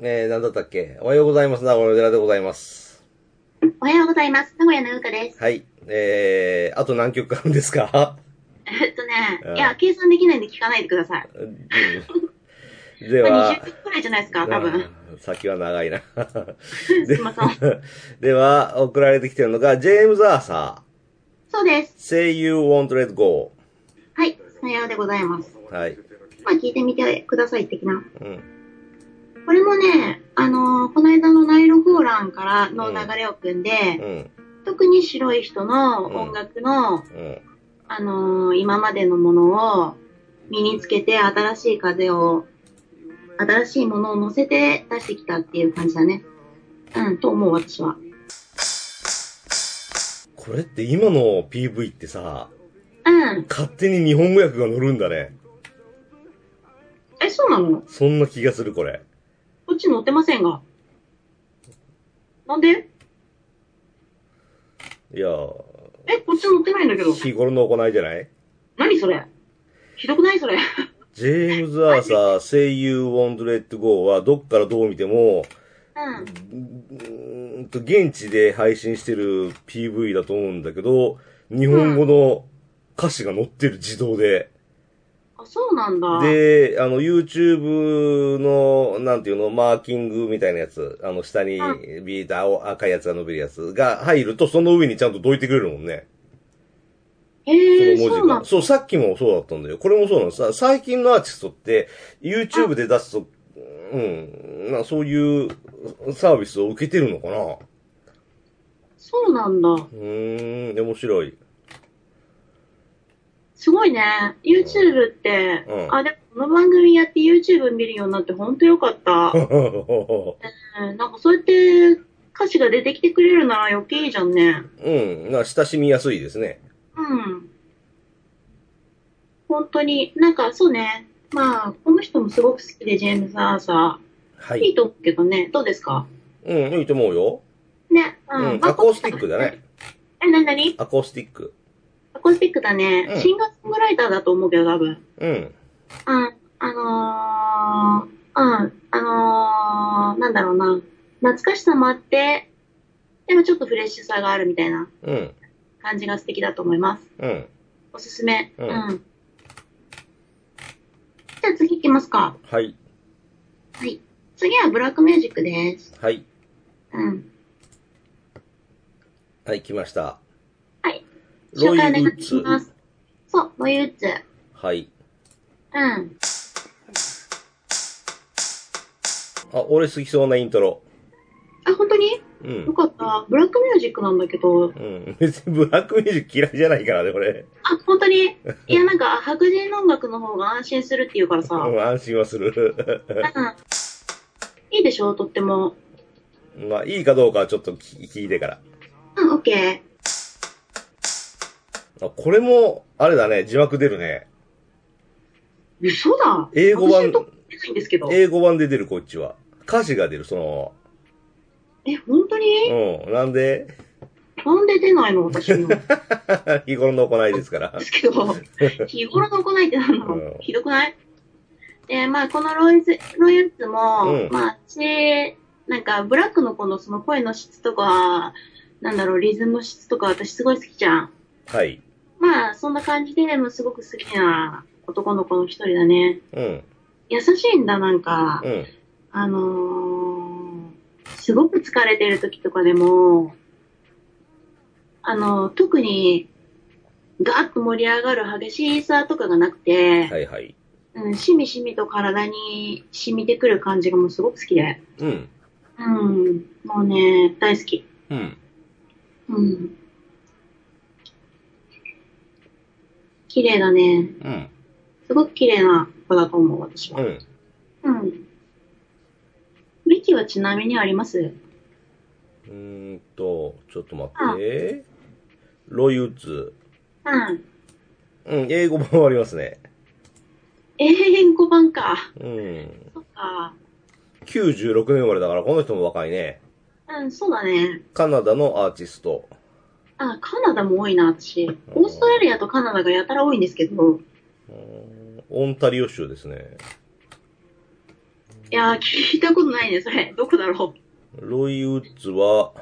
えー、なんだったっけおはようございます。名古屋の寺でございます。おはようございます。名古屋のうかです。はい。えー、あと何曲あるんですかえっとうんね、いや、計算できないんで聞かないでください。うんでまあは20、分くらいじゃないですか、多分。うん先は長い な。すいません。では、送られてきてるのが、ジェームズ・アーサー、そうです。 Say You Won't Let Go。はい、さようでございます。はい。まあ、聞いてみてください、的な。うん。これもね、あのーこの間のナイロフォーランからの流れを組んで、うん。特に白い人の音楽の、うん。あのー今までのものを身につけて、新しい風を、新しいものを乗せて出してきたっていう感じだね。うん、と思う、私は。これって今の PV ってさ、うん。勝手に日本語訳が乗るんだね。え、そうなのそんな気がする、これ。こっち乗ってませんが。なんでいやー、え、こっち乗ってないんだけど。日頃の行いじゃない何それひどくないそれ。ジェームズ・アーサー、声優オンドレッド・ゴーは、どっからどう見ても、うん。うーんと、現地で配信してる PV だと思うんだけど、日本語の歌詞が載ってる自動で。あ、そうなんだ。で、あの、YouTube の、なんていうの、マーキングみたいなやつ、あの、下にうビーターを赤いやつが伸びるやつが入ると、その上にちゃんとどいてくれるもんね。そへえのー、そう文字なんが。そう、さっきもそうだったんだよ。これもそうなのさ。最近のアーティストって、YouTube で出すと、うん、なそういうサービスを受けてるのかなそうなんだ。うーん、面白い。 すごいね。YouTube って、うんあ、でもこの番組やって YouTube 見るようになってほんとよ かった。うん、なんかそうやって歌詞が出てきてくれるなら余計いいじゃんね。うん、な親しみやすいですね。うん。本当に、なんかそうね。まあ、この人もすごく好きで、ジェームズ・アーサー。はいい。いと思うけどね。どうですかうん、いいと思うよ。ね。う。うんん、アコースティックだね。。え、なになにアコースティック。アコースティックだね。うんシンガーソングライターだと思うけど、多分。うん、うん。あのー、うん。あのー、なんだろうな。懐かしさもあって、でもちょっとフレッシュさがあるみたいなうん、感じが素敵だと思います。うん。おすすめ。ううんん。じゃあ次行きますか。はい、はい。次はブラックミュージックです。はい、うん。はい、来ました。はい。ロ紹イ・介お願ウいッしズ。ます。そう、ロイウッズ。はい。うん。あ、俺好きそうなイントロ。あ、本当にうんよ。かった。ブラックミュージックなんだけど。うん。別にブラックミュージック嫌いじゃないからね、これ。あ、本 当にいや、なんか、白人の音楽の方が安心するっていうからさ。うん。うん 安心はする。 いいでしょとっても。まあ、いいかどうかはちょっと聞聞いてから。うん、オッケあ、これも、あれだね、字幕出るね。ー。嘘だ英語版私のとこ出ないんですけど。英語版で出る、こっちは。歌詞が出る、そのえ、本当にうん。なんで なんで出ないの私の。で日頃の行いですから。す けど、日頃の行いってなんだろうんうひどくないで、まあ、このロイズ、ロイウッズも、うんまあ、私、なんか、ブラックの子のその声の質とか、なんだろう、リズムの質とか私すごい好きじゃん。はい。まあ、そんな感じで、でもすごく好きな男の子の一人だね。うん。優しいんだ、なんかう。ん。あのー、すごく疲れてる時とかでも、あの、特に、ガーッと盛り上がる激しさとかがなくて、はいはい。うん、しみしみと体に染みてくる感じがもうすごく好きで。うん。うん、もうね、大好き。うん。うん。綺麗だね。うん。すごく綺麗な子だと思う、私うは。ん。うん。ミキはちなみにありますうーんと、ちょっと待って。ロイウッズ。うん。うん、英語版はありますね。英語版か。うん。そっか。 96年生まれだから、この人も若いね。うん、そうだね。カナダのアーティスト。あ、カナダも多いな、私。オーストラリアとカナダがやたら多いんですけど。うーんオンタリオ州ですね。いやー、聞いたことないね、それ。どこだろロイ・ウッズは、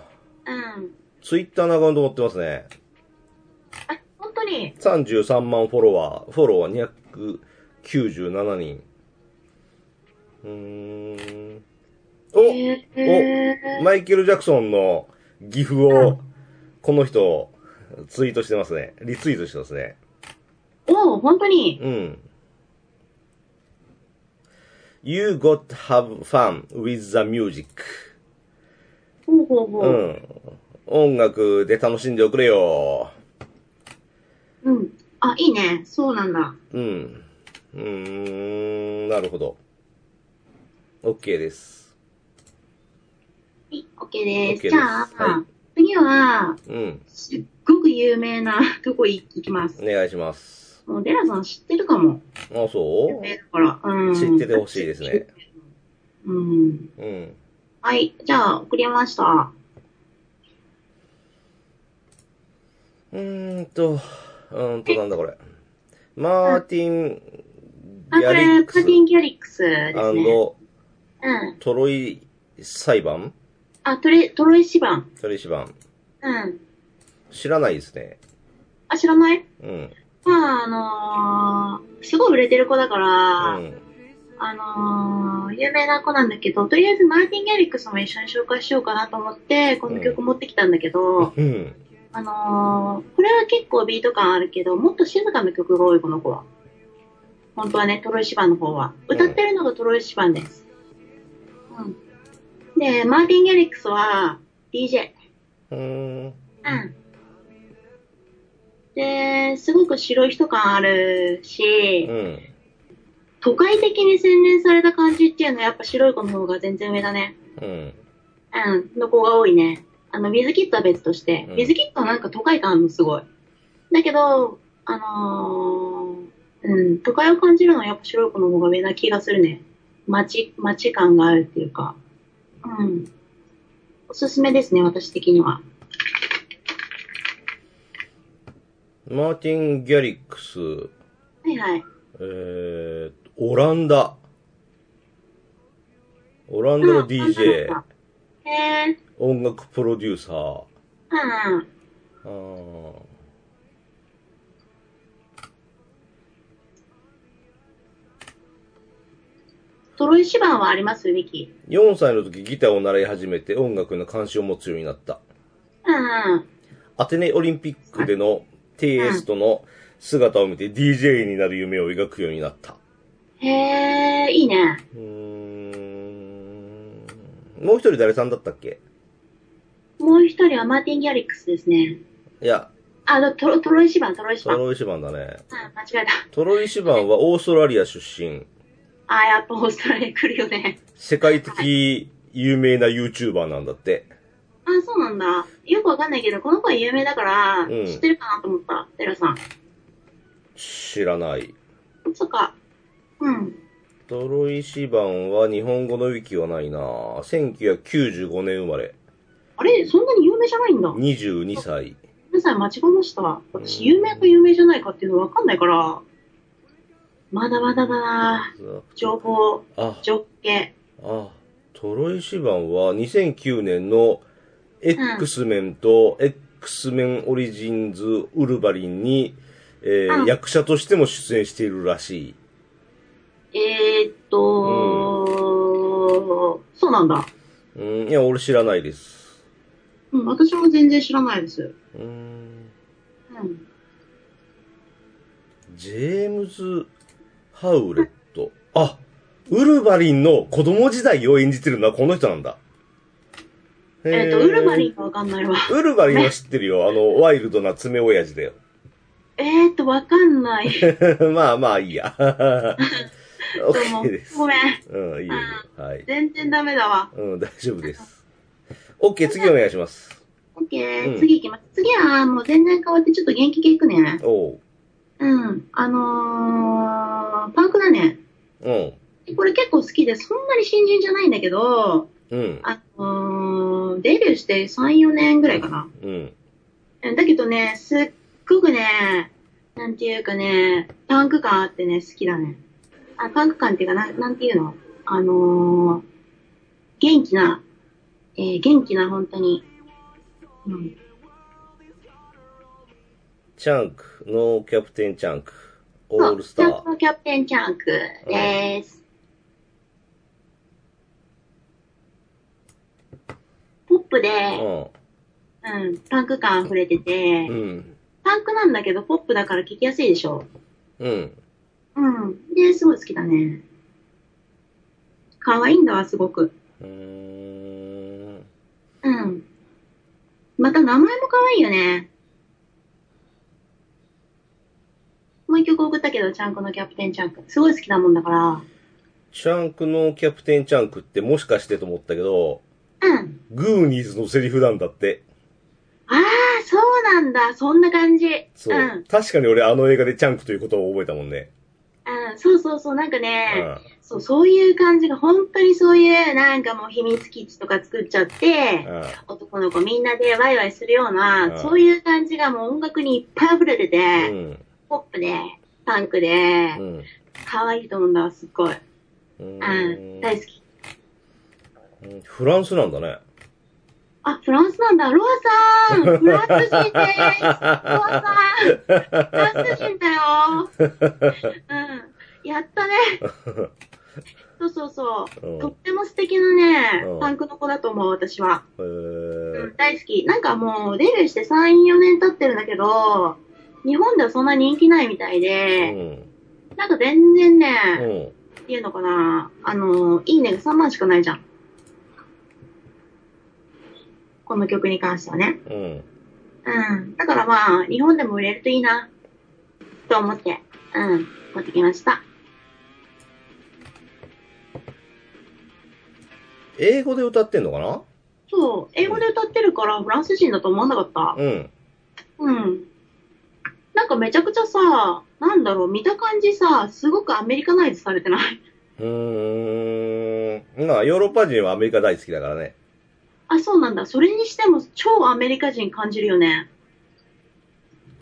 う。うん。ツイッターのアカウント持ってますね。あ、本当に。 33万フォロワー、フォロワー297人。うーん。お、へー。マイケル・ジャクソンの岐阜うをん、この人、ツイートしてますね。リツイートしてますね。おお、本当に。うん。You got to have fun with the music. ほうほうほうう。ん。音楽で楽しんでおくれよ。うん。あ、いいね。そうなんだ。うん。うーん、なるほど。OK です。はい、OK で OK す。ですじゃあ、は次は、うん。すっごく有名な とこ行きますお。願いします。もう、デラさん知ってるかも。あ、そ有名だから。うん。知っててほしいですね。うん。ううん。はい、じゃあ、送りました。うーんと、うーんと、なんだこれ。マーティン・あ、ギこャリれ、ッパクスーティン・ギャリックスですね。うん。トロイ裁判あ、トレ、トロイ・シバン。トロイ裁判。うん。知らないですね。あ、知らないうん。まあ、あのー、すごい売れてる子だから、うん。あのー、有名な子なんだけど、とりあえずマーティン・ギャリックスも一緒に紹介しようかなと思って、この曲持ってきたんだけど、うん。あのー、これは結構ビート感あるけど、もっと静かな曲が多い、この子は。本当はね、トロイシバンの方は。うん歌ってるのがトロイシバンです。うん。で、マーティン・ギャリックスは DJ。うーん。うん。で、すごく白い人感あるし、うん。都会的に洗練された感じっていうのはやっぱ白い子の方が全然上だね。うん。うん、の子が多いね。あの、ウィズキットは別として。うんウィズキットはなんか都会感あるのすごい。だけど、あのー、うん、都会を感じるのはやっぱ白い子の方が上な気がするね。街、街感があるっていうか。うん。おすすめですね、私的には。マーティン・ギャリックス、はいはい。えー、オランダ。オランダの DJ、へえ音楽プロデューサー。ー、うん。あートロイシバンはありますウィキ。 4歳の時ギターを習い始めて音楽の関心を持つようになった。うんうん。アテネオリンピックでのテイエストの姿を見て DJ になる夢を描くようになった。へえ、いいね。うーん。もう一人誰さんだったっけもう一人はマーティン・ギャリックスですね。いや、あ、トロトロイシバン、トロイシトバン。うん、ロイシバンだね。間違えた。トロイシバンはオーストラリア出身。あ、やっぱオーストラリア来るよね。世界的有名な YouTuber なんだって。あ、そうなんだ。よくわかんないけど、この子は有名だから、うん知ってるかなと思った、テラさん。知らない。そっか。うん。トロイシバンは日本語のウィキはないな1995年生まれ。あれそんなに有名じゃないんだ。ごめん22歳。なさい、間違えました。私、有名か有名じゃないかっていうのわかんないから、まだまだだな情報、あ、情報系。あ、トロイシバンは2009年の X メンと X メンオリジンズウルバリンに、えーうん役者としても出演しているらしい。えー、っと、そうなんだ。うん、いや、俺知らないです。うん、私も全然知らないです。うん、うん。ジェームズ・ハウレット。あ、ウルバリンの子供時代を演じてるのはこの人なんだ。えーっへと、ーウルバリンがわかんないわ。ウルバリンは知ってるよ。あの、ワイルドな爪親父だよ。 えー、っと、わかんない。まあまあいい や。どうも OK です。ごめん。うん、いいよ。はい。全然ダメだわ。うん、大丈夫です。OK、次お願いします。オッケうんー、次行きます。次は、もう全然変わって、ちょっと元気系行くね。おう。うん。あのー、パークだね。うん。これ結構好きで、そんなに新人じゃないんだけど、うん。あのー、デビューして3、4年ぐらいかな。うん。うんだけどね、すっごくね、なんていうかね、パンク感あってね、好きだね。あ、パンク感っていうか、なん、なんていうのあのー元気な、えー元気な本当に、うん、チャンク、ノーキャプテンチャンク、オそーうルスタチャンーク。のキャプテンチャンクです。ポップで、うん、パンク感溢れてて、うん。うん。パンクなんだけどポップだから聞きやすいでしょ。うん。うん。で、すごい好きだね。可愛いんだわ、すごく。うーん。うん。また名前も可愛いよね。もう一曲送ったけど、ちゃんこのキャプテンちゃんこ。すごい好きなもんだかチャンクのキャプテンチャンクってもしかしてと思ったけど、ら。うん。グーニーズのセリフなんだって。ああ、そうなんだ。そんな感じ。そう。ん。確かに俺あの映画でチャンクということを覚えたもんね。うん。そうそうそう。なんかうね、ん。そう、そういう感じが、本当にそういう、なんかもう秘密基地とか作っちゃって、うん。男の子みんなでワイワイするよううな、んそういう感じがもう音楽にいっぱい溢れてて、うん。ポップで、パンクで、うん。可愛いと思うんだわ、すっごい。ううん、ー大ん好き。うんフランスなんだね。あ、フランスなんだ。ロアさんフランス人ですロアさんフランス人だようん。やったね。そうそうそう。うんとっても素敵なねう、んパンクの子だと思う、私は。へうーん、大好き。なんかもう、デビューして3、4年経ってるんだけど、日本ではそんな人気ないみたいうで、ん。なんか全然ね、うん。っていうのかな、あの、いいねが3万しかないじゃん。この曲に関してはね。うん。うん。だからまあ、日本でも売れるといいな、と思って、うん、持ってきました。英語で歌ってんのかなそう、英語で歌ってるから、フランス人だと思わなかった。うん。うん。なんかめちゃくちゃさ、なんだろう、見た感じさ、すごくアメリカナイズされてない うーん。まあ、ヨーロッパ人はアメリカ大好きだからね。あ、そうなんだ。それにしても、超アメリカ人感じるよね。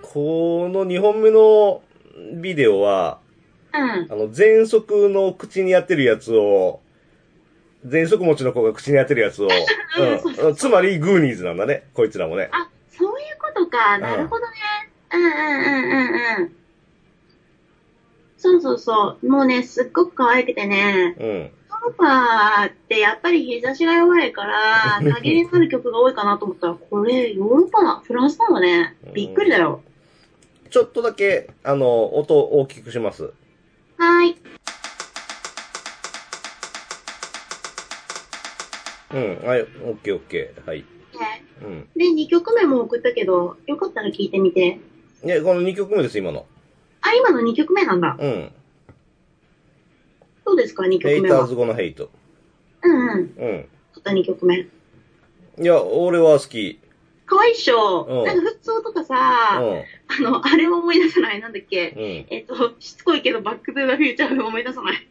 この2本目のビデオは、うん。あの、喘息の口にやってるやつを、喘息持ちの子が口にやってるやつを、 そううん。つまり、グーニーズなんだね。こいつらもね。あ、そういうことか。んなるほどね。うんうんうんうんうん。そうそうそう。もうね、すっごく可愛くてね。うん。ヨーロッパってやっぱり日差しが弱 いから、限りになる曲が多いかなと思ったら、これ、ヨーロッパな、フランスなのね。びっくりだよ。ちょっとだけ、あの、音を大きくします。はーい。うん。はい。オッケーオッケー。はい。ねうん。で、2曲目も送ったけど、よかったら聞いてみて。ね、この2曲目です、今の。あ、今の2曲目なんだ。うん。どうですか、2ヘ曲イ目ターはズ。語のヘイト。うんうん。うん。撮った2曲目。いや、俺は好き。可愛いっしょう。んなんか、普通とかうさ、ん。あの、あれを思い出せない。なんだっけ。うえっ、と、しつこいけど、バックトゥーザフューチャーを思い出さない。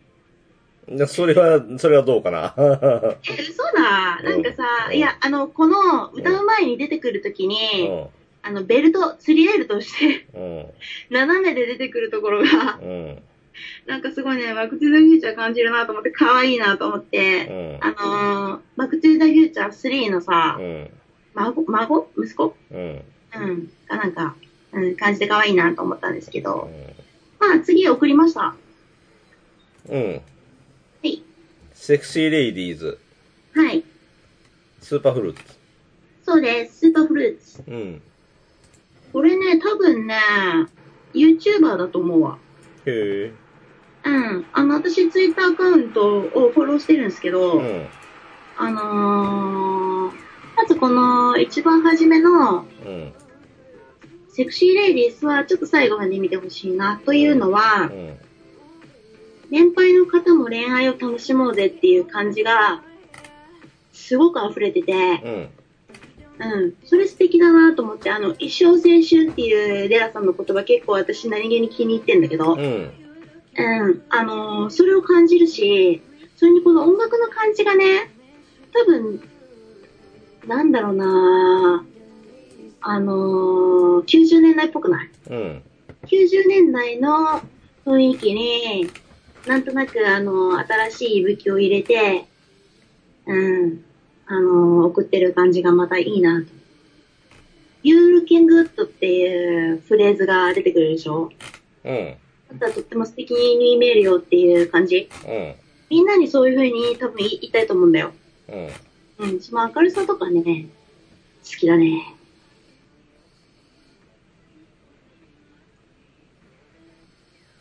ん。それは、それはどうかな。え、嘘だ。なんかさ、うんいや、あの、この、歌う前に出てくるときうに、ん。あの、ベルト、釣りベルトして、 うん。斜めで出てくるところが、 うん。なんかすごいね、バックトゥーザフューチャー感じるなと思って、可愛いなと思っうて、ん。あのー、バックトゥーザフューチャー3のさう、ん。孫、孫息子うん。うん。がなんか、うん、感じで可愛いなと思ったんですけど、うんまあ、次送りました。はうん。い。セクシーレイディーズ、はい。スーパーフルーツ。そうです。スーパーフルーツ。うん。これね、多分ね、YouTuber だと思うわ。へえ。うん。あの、私、ツイッターアカウントをフォローしてるんですけど、うん。あのー、まずこの一番初めのうん。セクシーレイディースはちょっと最後まで見てほしいなというのはう、ん。年配の方も恋愛を楽しもうぜっていう感じが、すごく溢れてて、うん。うん。それ素敵だなと思って、あの、一生青春っていうデラさんの言葉結構私何気に気に入ってんだけど、うん。うん、あのーそれを感じるし、それにこの音楽の感じがね、多分、なんだろうなあのー90年代っぽくないうん。 ?90 年代の雰囲気に、なんとなく、あの、新しい息吹を入れて、うん、あの、送ってる感じがまたいいなと。You looking good っていうフレーズが出てくるでしょうん。あなたはとっても素敵に見えるよっていう感じ。うん。みんなにそういう風に多分言いたいと思うんだよ。うん。うん、その明るさとかね、好きだね。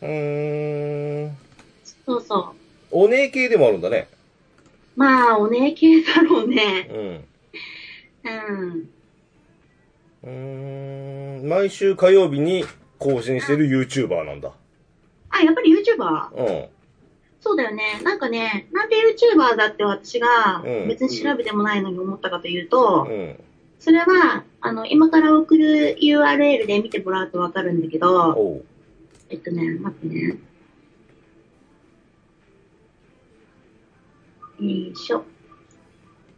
うーん。そうそう。お姉系でもあるんだね。まあ、お姉系だろうね。うん。うん。うーん。毎週火曜日に更新してる YouTuber なんだ。あ、やっぱり YouTuber? うん。そうだよね。なんかね、なんで YouTuber だって私がうん別に調べてもないのに思ったかというとう、ん。それは、あの、今から送る URL で見てもらうとわかるんだけど、おう。えっとね、待ってね。よいしょ。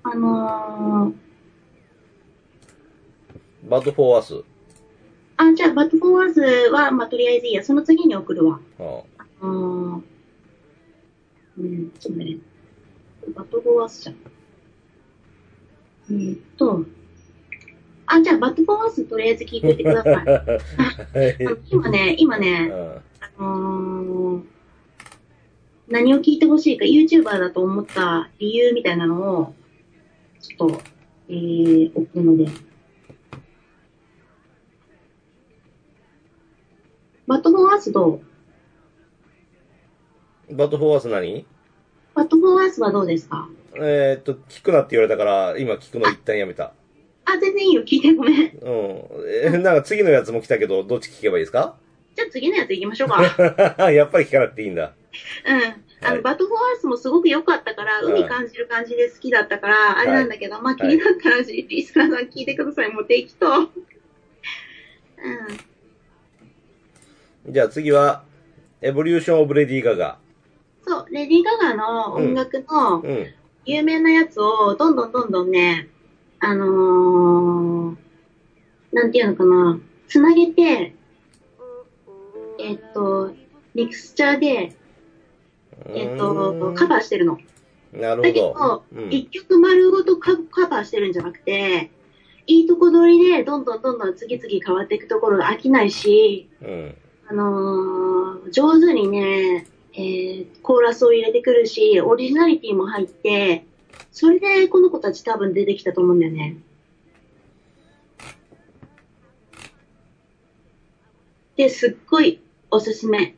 あのー、バッドフォーアス。あ、じゃあ、バッドフォーワーズは、まあ、とりあえずいいや。その次に送るわ。うん。 あーうん、ちょっとね。バトフォーアスじゃん。えーっと、あ、じゃあバトフォーアスとりあえず聞いていてください。あの今ね、今ね、うんあのー何を聞いてほしいか、YouTuber だと思った理由みたいなのを、ちょっと、えー、送るので。バトフォーアスどうバッドフォーアス何バットフォーアースはどうですかえーっと、聞くなって言われたから、今聞くの一旦やめた。あ、全然いいよ。聞いてごめん。じうん。えーなんか次のやつも来たけど、どっち聞けばいいですか ゃあ次のやつ行きましょうか。うん。やっぱり聞かなくていいんだ。あの、はいバットフォーアースもすごく良かったかはら、い海感じる感じで好きだったから、あれなんだけど、まあ気になったら、リスナーさん聞いてください。もう適当。うん。じゃあ次は、エボリューション・オブ・レディー・ガガ。そう、レディー・ガガの音楽のうん。有名なやつを、どんどんどんどんね、あのー、なんていうのかな、つなげて、えっと、ミクスチャーで、えっと、カバーしてるの。ー。なるだけほどど。う、ん一、曲丸ごとカカバーしてるんじゃなくて、いいとこ取りでどんどんどんどん次々変わっていくところが飽きないし、うん。あのー上手にね、えーコーラスを入れてくるし、オリジナリティも入って、それでこの子たち多分出てきたと思うんだよね。で、すっごいおすすめ。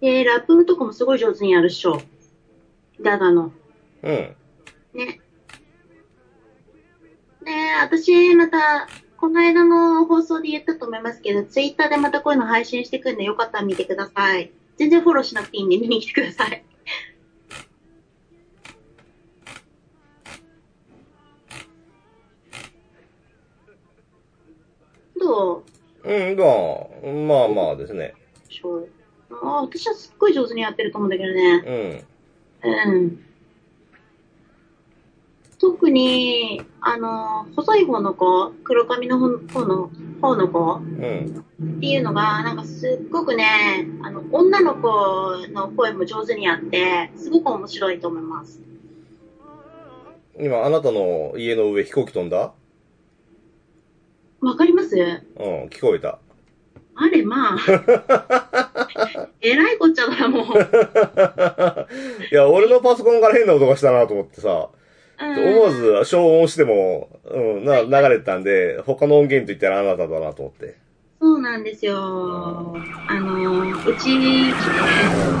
で、ラップとかもすごい上手にやるっしょ。だがの。うん。ね。ね私、また、この間の放送で言ったと思いますけど、ツイッターでまたこういうの配信してくるんで、よかったら見てください。全然フォローしなくていいんで、見に来てください。どううん、まあ、まあまあですね。しょうあー私はすっごい上手にやってると思うんだけどね。うん。うん。特に、あの、細い方の子、黒髪の方の方の子うっん。ていうのが、なんかすっごくね、あの、女の子の声も上手にあって、すごく面白いと思います。今、あなたの家の上飛行機飛んだわかりますうん、聞こえた。あれ、まあ。 えらいこっちゃだな、もう。いや、俺のパソコンから変な音がしたなと思ってさ、うん思わず消音しても、うん、な、流れてたんで、他の音源と言ったらあなただなと思って。そうなんですよ。あの、うち、うん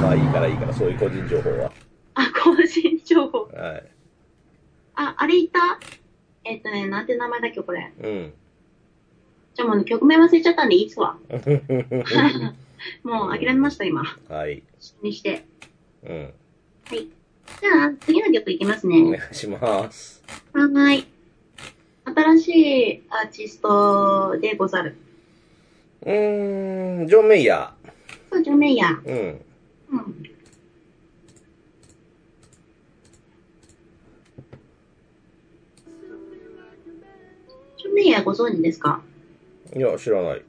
まあいいからいいから、そういう個人情報は。あ、更新情報。はい。あ、あれいたえっとね、なんて名前だっけ、これ。うん。 じゃあもうね、曲名忘れちゃったんでいいっすわ。もう諦めました、今。はい。にして。うん。じゃあ、次の曲いきますお願ね。いします。はーい。新しいアーティストでござる。うーん、ジョン・メイヤそう、ジョン・メイヤー。ー。うん。うん。ンメイヤーご存知ですかいや、知らない。。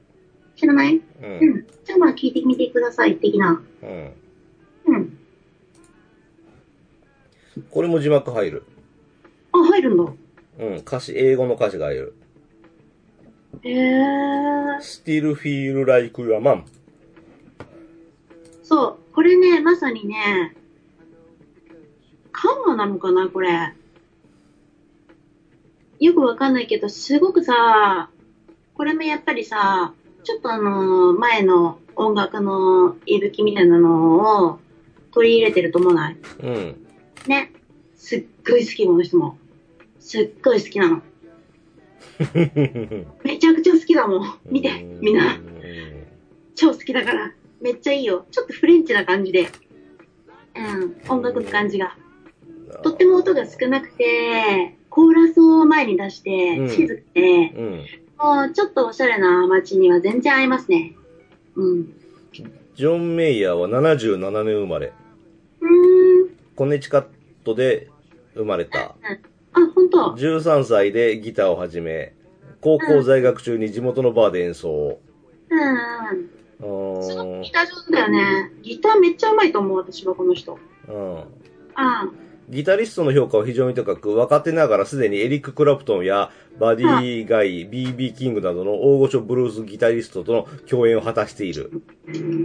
知らないううんん。じゃあまあ聞いてみてください、的な。うん。うん。これも字幕入る。あ、入るんだ。うん。歌詞、英語の歌詞が入る。へえ。 still feel like your mom. そう。これね、まさにね、カマなのかな、これ。よくわかんないけど、すごくさ、これもやっぱりさ、ちょっとあの、前の音楽の息吹みたいなのを取り入れてると思わないうん。ね。すっごい好き、この人も。すっごい好きなの。めちゃくちゃ好きだもん。見て、みんなう。ん超好きだから、めっちゃいいよ。ちょっとフレンチな感じで。うん、音楽の感じが。とっても音が少なくて、コーラスを前に出しうんて、静くて、うん。もうちょっとおしゃれな街には全然合いますね。うん。ジョン・メイヤーは77年生まれ。うーん。コネチカットで生まれた。あ、本当。 13歳でギターを始め、高校在学中に地元のバーで演奏。うんううん。すごーくんギター上手だよね。ギターめっちゃうまいと思う、私はこの人。うん。あギタリストの評価は非常に高く、若手ながらすでにエリック・クラプトンやバディ・ガイ、BB ・キングなどの大御所ブルースギタリストとの共演を果たしている。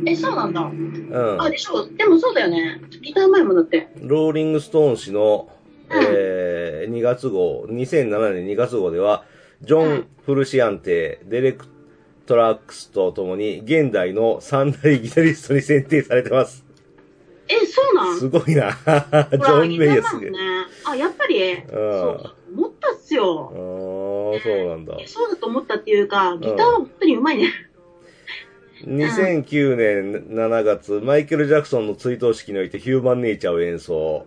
え、そうなんだ。うん。あ、でしょ。でもそうだよね。ギターうまいもんだって。ローリングストーン氏の、うんえー2月号、2007年2月号では、ジョうンん・フルシアンテ、デレク・トラックスと共に、現代の三大ギタリストに選定されてます。え、そうなんすごい な。ジョン・メイヤーすげえ。ね。あ、やっぱり、そう、思ったっすああ、よ。そうなんだ。そうだと思ったっていうか、ギターは本当にうまいね。 2009年7月、マイケル・ジャクソンの追悼式においてヒューマン・ネイチャーを演奏。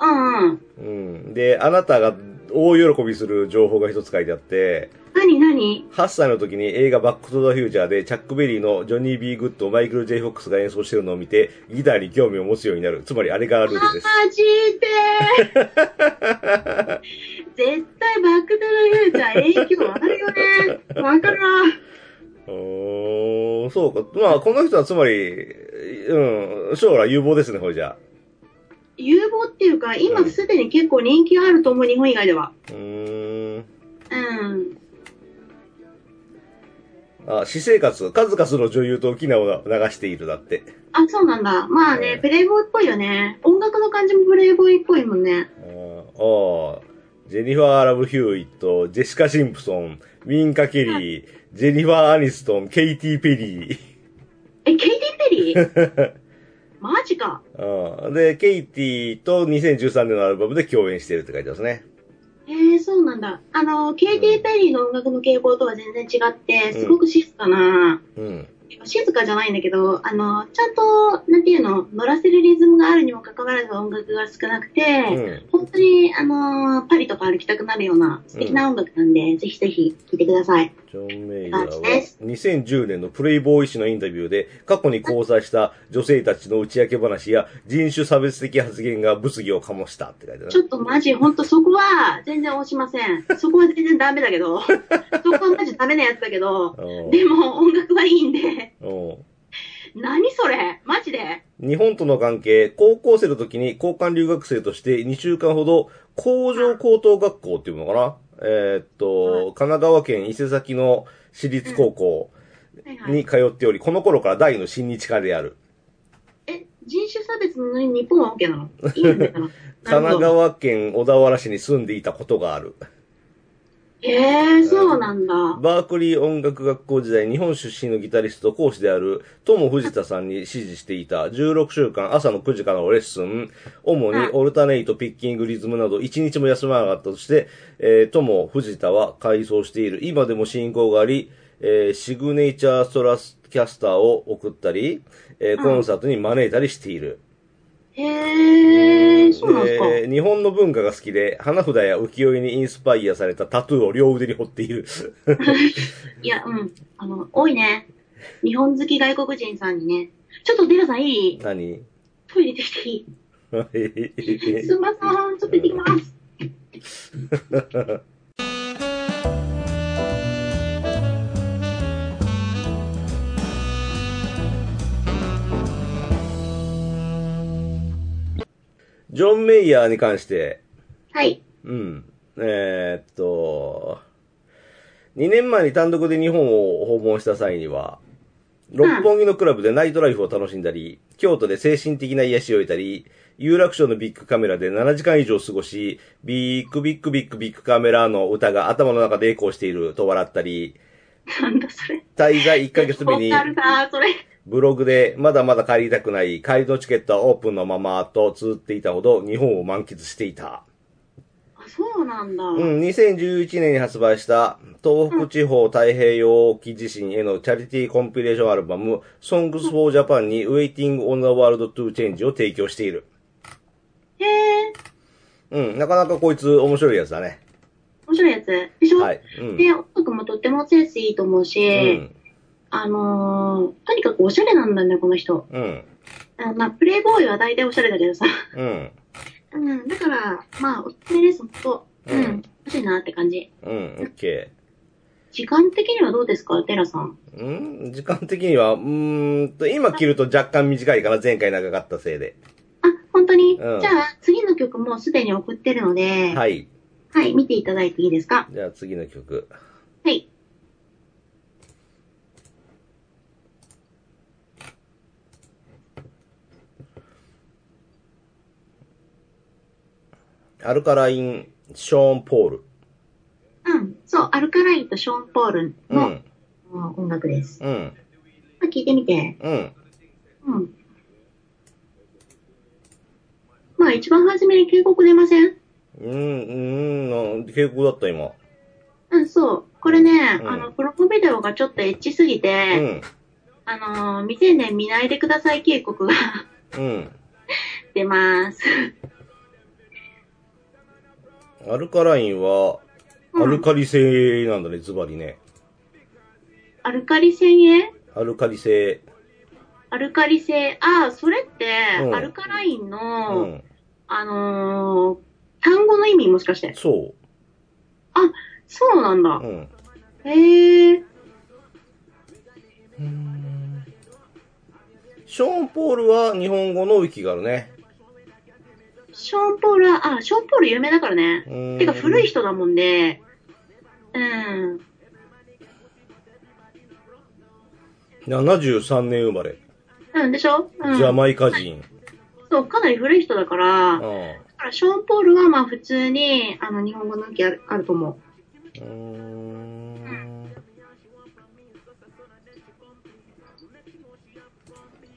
うんうん。うん。で、あなたが大喜びする情報が一つ書いてあって、なになに8歳の時に映画バックトゥザフューチャーでチャックベリーのジョニー・ビー・グッドをマイケル・ J ・フォックスが演奏してるのを見て、ギターに興味を持つようになる。つまりあれがルールです。マジで絶対バックトゥザフューチャー影響わかるよね。わかるな。うーん、そうか。まあ、この人はつまり、うん、将来有望ですね、ほいじゃあ。有望っていうか、今すでに結構人気があると思う、日本以外では。うーん。うん。あ、私生活、数々の女優と沖縄を流しているだって。あ、そうなんだ。まあうねん、プレイボーイっぽいよね。音楽の感じもプレイボーイっぽいもんね。あーあー、ジェニファー・ラブ・ヒューイット、ジェシカ・シンプソン、ウィンカ・ケリー、ジェニファー・アニストン、ケイティ・ペリー。え、ケイティ・ペリーマジか。うんで、ケイティと2013年のアルバムで共演してるって書いてますね。ええそうなんだ。あの、ケイティ・ペリーの音楽の傾向とは全然違って、すごく静かな、うん。静かじゃないんだけど、あの、ちゃんと、なんていうの、乗らせるリズムがあるにもかかわらず音楽が少なくて、うん本当に、あの、パリとか歩きたくなるような素敵な音楽なんで、ぜひぜひ聴いてください。ジョン・メイヤーはそうです2010年のプレイボーイ誌のインタビューで過去に交際した女性たちの打ち明け話や人種差別的発言が物議を醸したって書いてあちる。ょっとマジ、本当そこは全然押しません。そこは全然ダメだ けど、そこはマジダメなやつだけど、でも音楽はいいんで、うんうん何それマジで日本との関係、高校生の時に交換留学生として2週間ほど、工場高等学校っていうのかなえーっと、神奈川県伊勢崎の私立高校はいはいに通っており、この頃から第の親日家である。え、人種差別なのに日本は OK なのいいんだ な。神なる奈ほど。川県小田原市に住んでいたことがある。へえー、そうなんだ。バークリー音楽学校時代、日本出身のギタリスト講師である、友藤田さんに指示していた16週間朝の9時からのレッスン、主にオルタネイト、ピッキング、リズムなど1日も休まなかったとして、えー、友藤田は改装している。今でも進行があり、えーシグネイチャーストラスキャスターを送ったり、えーコンサートに招いたりしている。へえー、そうなんですか。えー日本の文化が好きで、花札や浮世絵にインスパイアされたタトゥーを両腕に彫っている。 いや、うん。あの、多いね。日本好き外国人さんにね。ちょっとデラさんい い何 トイレできていいすんません。ちょっと行ってきます。ジョン・メイヤーに関して、はい。 うん。えーっと、2年前に単独で日本を訪問した際には、六本木のクラブでナイトライフを楽しんだり、京都で精神的な癒しを得たり、有楽町のビッグカメラで7時間以上過ごし、ビッグビッグビッグビッグカメラの歌が頭の中でエコーしていると笑ったり、なんだそれ。滞在1ヶ月目にわかるな、それ。ブログでまだまだ帰りたくない、帰りのチケットはオープンのままと綴っていたほど日本を満喫していた。あ、そうなんだ。うん、2011年に発売した、東北地方太平洋沖地震へのチャリティーコンピレーションアルバム、Songs for Japan に Waiting on the World to Change を提供している。へえ、うん、なかなかこいつ面白いやつだね。面白いやつ。でしょ、はい。うん。で、音楽もとってもセンスいいと思うし、うん。あのー、とにかくおしゃれなんだね、この人。うん。あまあ、プレイボーイは大体おしゃれだけどさ。うん。うん、だから、まあ、おすすめです、ほんと。ううんん、欲しいなって感じ。うん。OK。時間的にはどうですか、テラさん。うん時間的には、うーんと、今着ると若干短いかな。前回長かったせいで。あ、本当に、うんじゃあ、次の曲もうすでに送ってるので、はい、はい。見ていただいていいですかじゃあ次の曲。はい。アルカライン、ショーン・ポール。うん、そう、アルカラインとショーン・ポールうの、ん。うん音楽です。うん。まあ、聞いてみて。うん。うん。まあ、一番初めに警告出ませんうん、うん、なん警告だった今。うん、そう。これね、うんあの、プロコビデオがちょっとエッチすぎうて、ん、あのー未成年見ないでください警告がうん。出ます。アルカラインは、アうんルカリ性なんだね、ズバリね。アルカリ性へアルカリ性。アルカリ性。ああ、それって、うんアルカラインうの、ん。あのー単語の意味もしかして。そそうなんだう。う。ん。へえ。ショーン・ポールは日本語のウィキがあるね。ショーン・ポールは、あ、ショーン・ポール有名だからね。うん。てか古い人だもんで、うん。 73年生まれ。うんでしょうん。ジャマイカ人。そう、かなり古い人だから、だうからショーン・ポールはまあ普通に、あの、日本語の気あるあると思ん。う。うん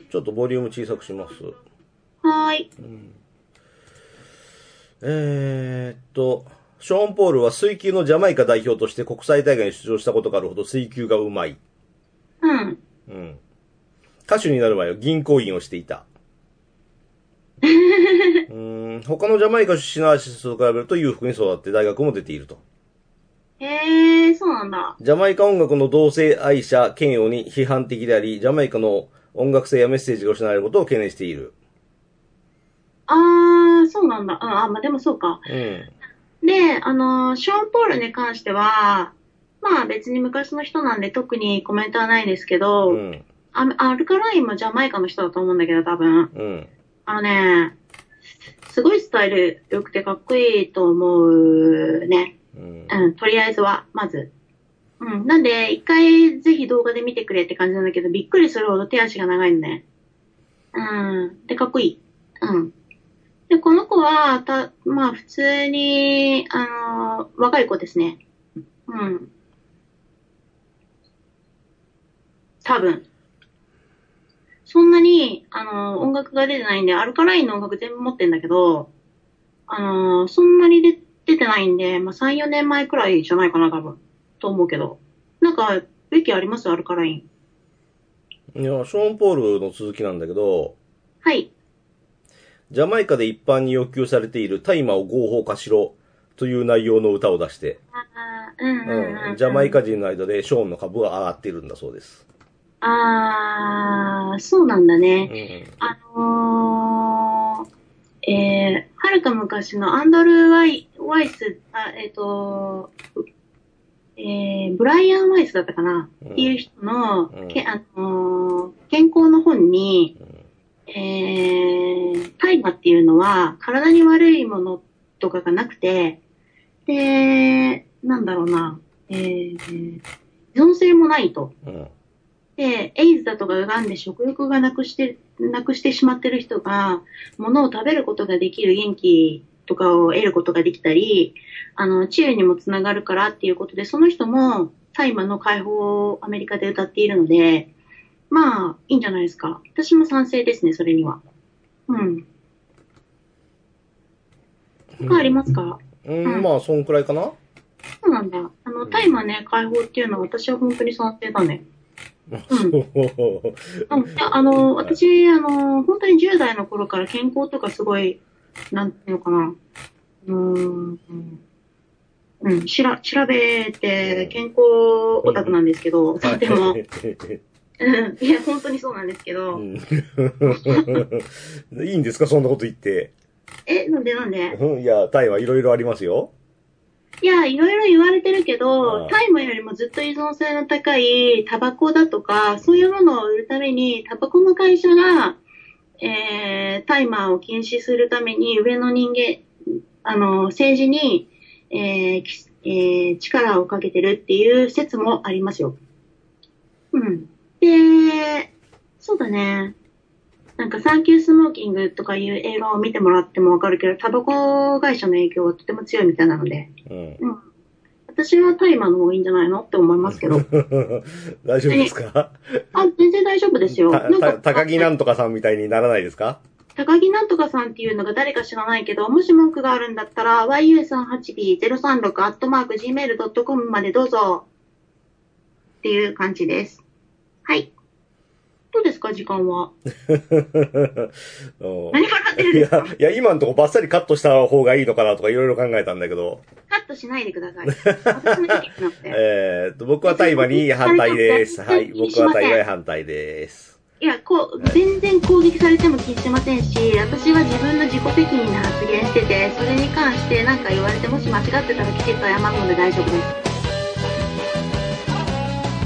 ちょっとボリューム小さくします。はーい。えーっと、ショーン・ポールは水球のジャマイカ代表として国際大会に出場したことがあるほど水球がうまい。うん。うん。歌手になる前は銀行員をしていた。うん他のジャマイカ出身のアーティストと比べると裕福に育って大学も出ていると。へえ、そうなんだ。ジャマイカ音楽の同性愛者嫌悪に批判的であり、ジャマイカの音楽性やメッセージが失われることを懸念している。あー、そうなんだ。うん、あ、まあ、でもそうか。うん。で、あのー、ショーン・ポールに関しては、まあ別に昔の人なんで特にコメントはないですけど、うん。あアルカラインもジャマイカの人だと思うんだけど、多分。うん。あのね、すごいスタイル良くてかっこいいと思うね。うん。うん、とりあえずは、まず。うん、なんで、一回ぜひ動画で見てくれって感じなんだけど、びっくりするほど手足が長いんだね。うん、で、かっこいい。うん。で、この子は、た、まあ、普通に、あの若い子ですね。うん。多分。そんなに、あの音楽が出てないんで、アルカラインの音楽全部持ってんだけど、あのそんなに出出てないんで、まあ、3、4年前くらいじゃないかな、多分。と思うけど。なんか、ウィキありますアルカライン。いや、ショーン・ポールの続きなんだけど、はい。ジャマイカで一般に要求されている大麻を合法化しろという内容の歌を出して、あーうんうんうん、うん、ジャマイ。カ人の間でショーンの株は上がっているんだそうです。あー、そうなんだうね。ん。あのー、えー、はるか昔のアンドルー・ワイワイス、あえっ、と、えー、ブライアン・ワイスだったかな、うんっていう人の、うんけあのー健康の本に、えー、大麻っていうのは体に悪いものとかがなくて、で、なんだろうな、えー、依存性もないと。うん。で、エイズだとかがんで食欲がなくして、なくしてしまってる人が、物を食べることができる元気とかを得ることができたり、あの、治癒にもつながるからっていうことで、その人も大麻の解放をアメリカで歌っているので、まあ、いいんじゃないですか。私も賛成ですね、それには。うん。他ありますか、うん、まあ、そんくらいかなそうなんだ。あの、大麻ね、解放っていうのは私は本当に賛成だね。あそう。うん、いやあの、私、あの、本当に10代の頃から健康とかすごい、なんていうのかな、うーん、うん、しら、調べて健康オタクなんですけど、でも、うんいや、本当にそうなんですけど、うんいいんですかそんなこと言って。え、なんでなんでうんいや、タイはいろいろありますよ。いや、いろいろ言われてるけああど、大麻よりもずっと依存性の高いタバコだとか、そういうものを売るために、タバコの会社が、えー、大麻を禁止するために、上の人間、あの、政治に、えーきえー力をかけてるっていう説もありますよ。うん。で、そうだね。なんか、サンキュースモーキングとかいう映画を見てもらってもわかるけど、タバコ会社の影響はとても強いみたいなので。うん。うん私は大麻の方がいいんじゃないのって思いますけど。大丈夫ですかあ、全然大丈夫ですよ。たなんかた、高木なんとかさんみたいにならないですか高木なんとかさんっていうのが誰か知らないけど、もし文句があるんだったら、yu38b036-gmail.com までどうぞ。っていう感じです。はい。どうですか、時間は。うん何笑ってるんいですやか、いや、今のとこばっさりカットした方がいいのかなとかいろいろ考えたんだけど、カットしないでください。私の意見なので。えーっと、僕は大麻に反対 です。はい、僕は大麻に反対です。いや、こう、全然攻撃されても気にしてませんし、私は自分の自己責任な発言してて、それに関して何か言われて、もし間違ってたらきちっと謝るので大丈夫です。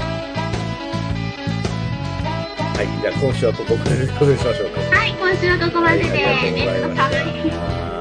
はい、じゃあ今週はここまででございましょうか。はい、今週はここまでで、はいありがとうございましたネットかぶり。はい